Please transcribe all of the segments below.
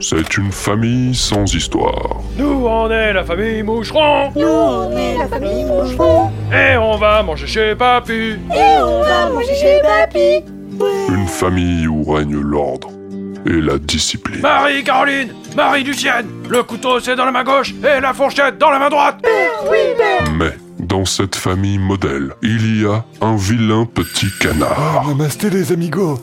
C'est une famille sans histoire. Nous, on est la famille Moucheron Nous, on est la famille Moucheron Et on va manger chez Papy Et on va manger chez Papy Une famille où règne l'ordre et la discipline. Marie-Caroline Marie Lucienne Le couteau, c'est dans la main gauche et la fourchette dans la main droite Père Wilbert Mais dans cette famille modèle, il y a un vilain petit canard. Namasté les amigos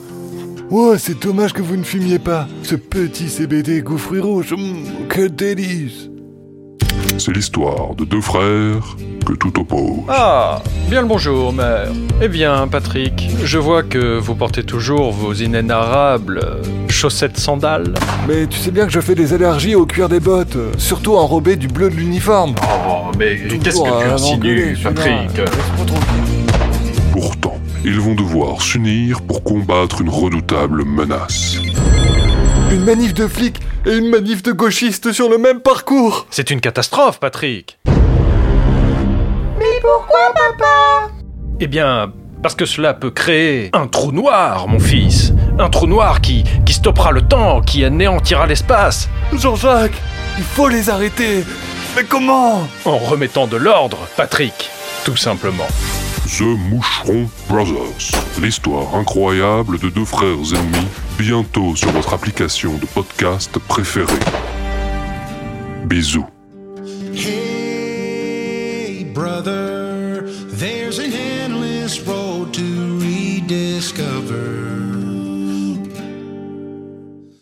Oh, c'est dommage que vous ne fumiez pas. Ce petit CBD goût fruits rouges, mm, que délice C'est l'histoire de deux frères que tout oppose. Ah Bien le bonjour, mère Eh bien, Patrick, je vois que vous portez toujours vos inénarrables euh, chaussettes sandales. Mais tu sais bien que je fais des allergies au cuir des bottes, euh, surtout enrobé du bleu de l'uniforme. Oh, mais qu'est-ce Toujours, que euh, tu insinues, engueulé, celui-là. Patrick Laisse-moi tranquille. Pourtant, ils vont devoir s'unir pour combattre une redoutable menace. Une manif de flics et une manif de gauchistes sur le même parcours C'est une catastrophe, Patrick Mais pourquoi papa Eh bien, parce que cela peut créer un trou noir, mon fils. Un trou noir qui, qui stoppera le temps, qui anéantira l'espace, Jean-Jacques, il faut les arrêter Mais comment en remettant de l'ordre, Patrick, tout simplement. The Moucheron Brothers. L'histoire incroyable de deux frères ennemis, bientôt sur votre application de podcast préférée. Bisous. Hey, brother, there's an endless road to rediscover.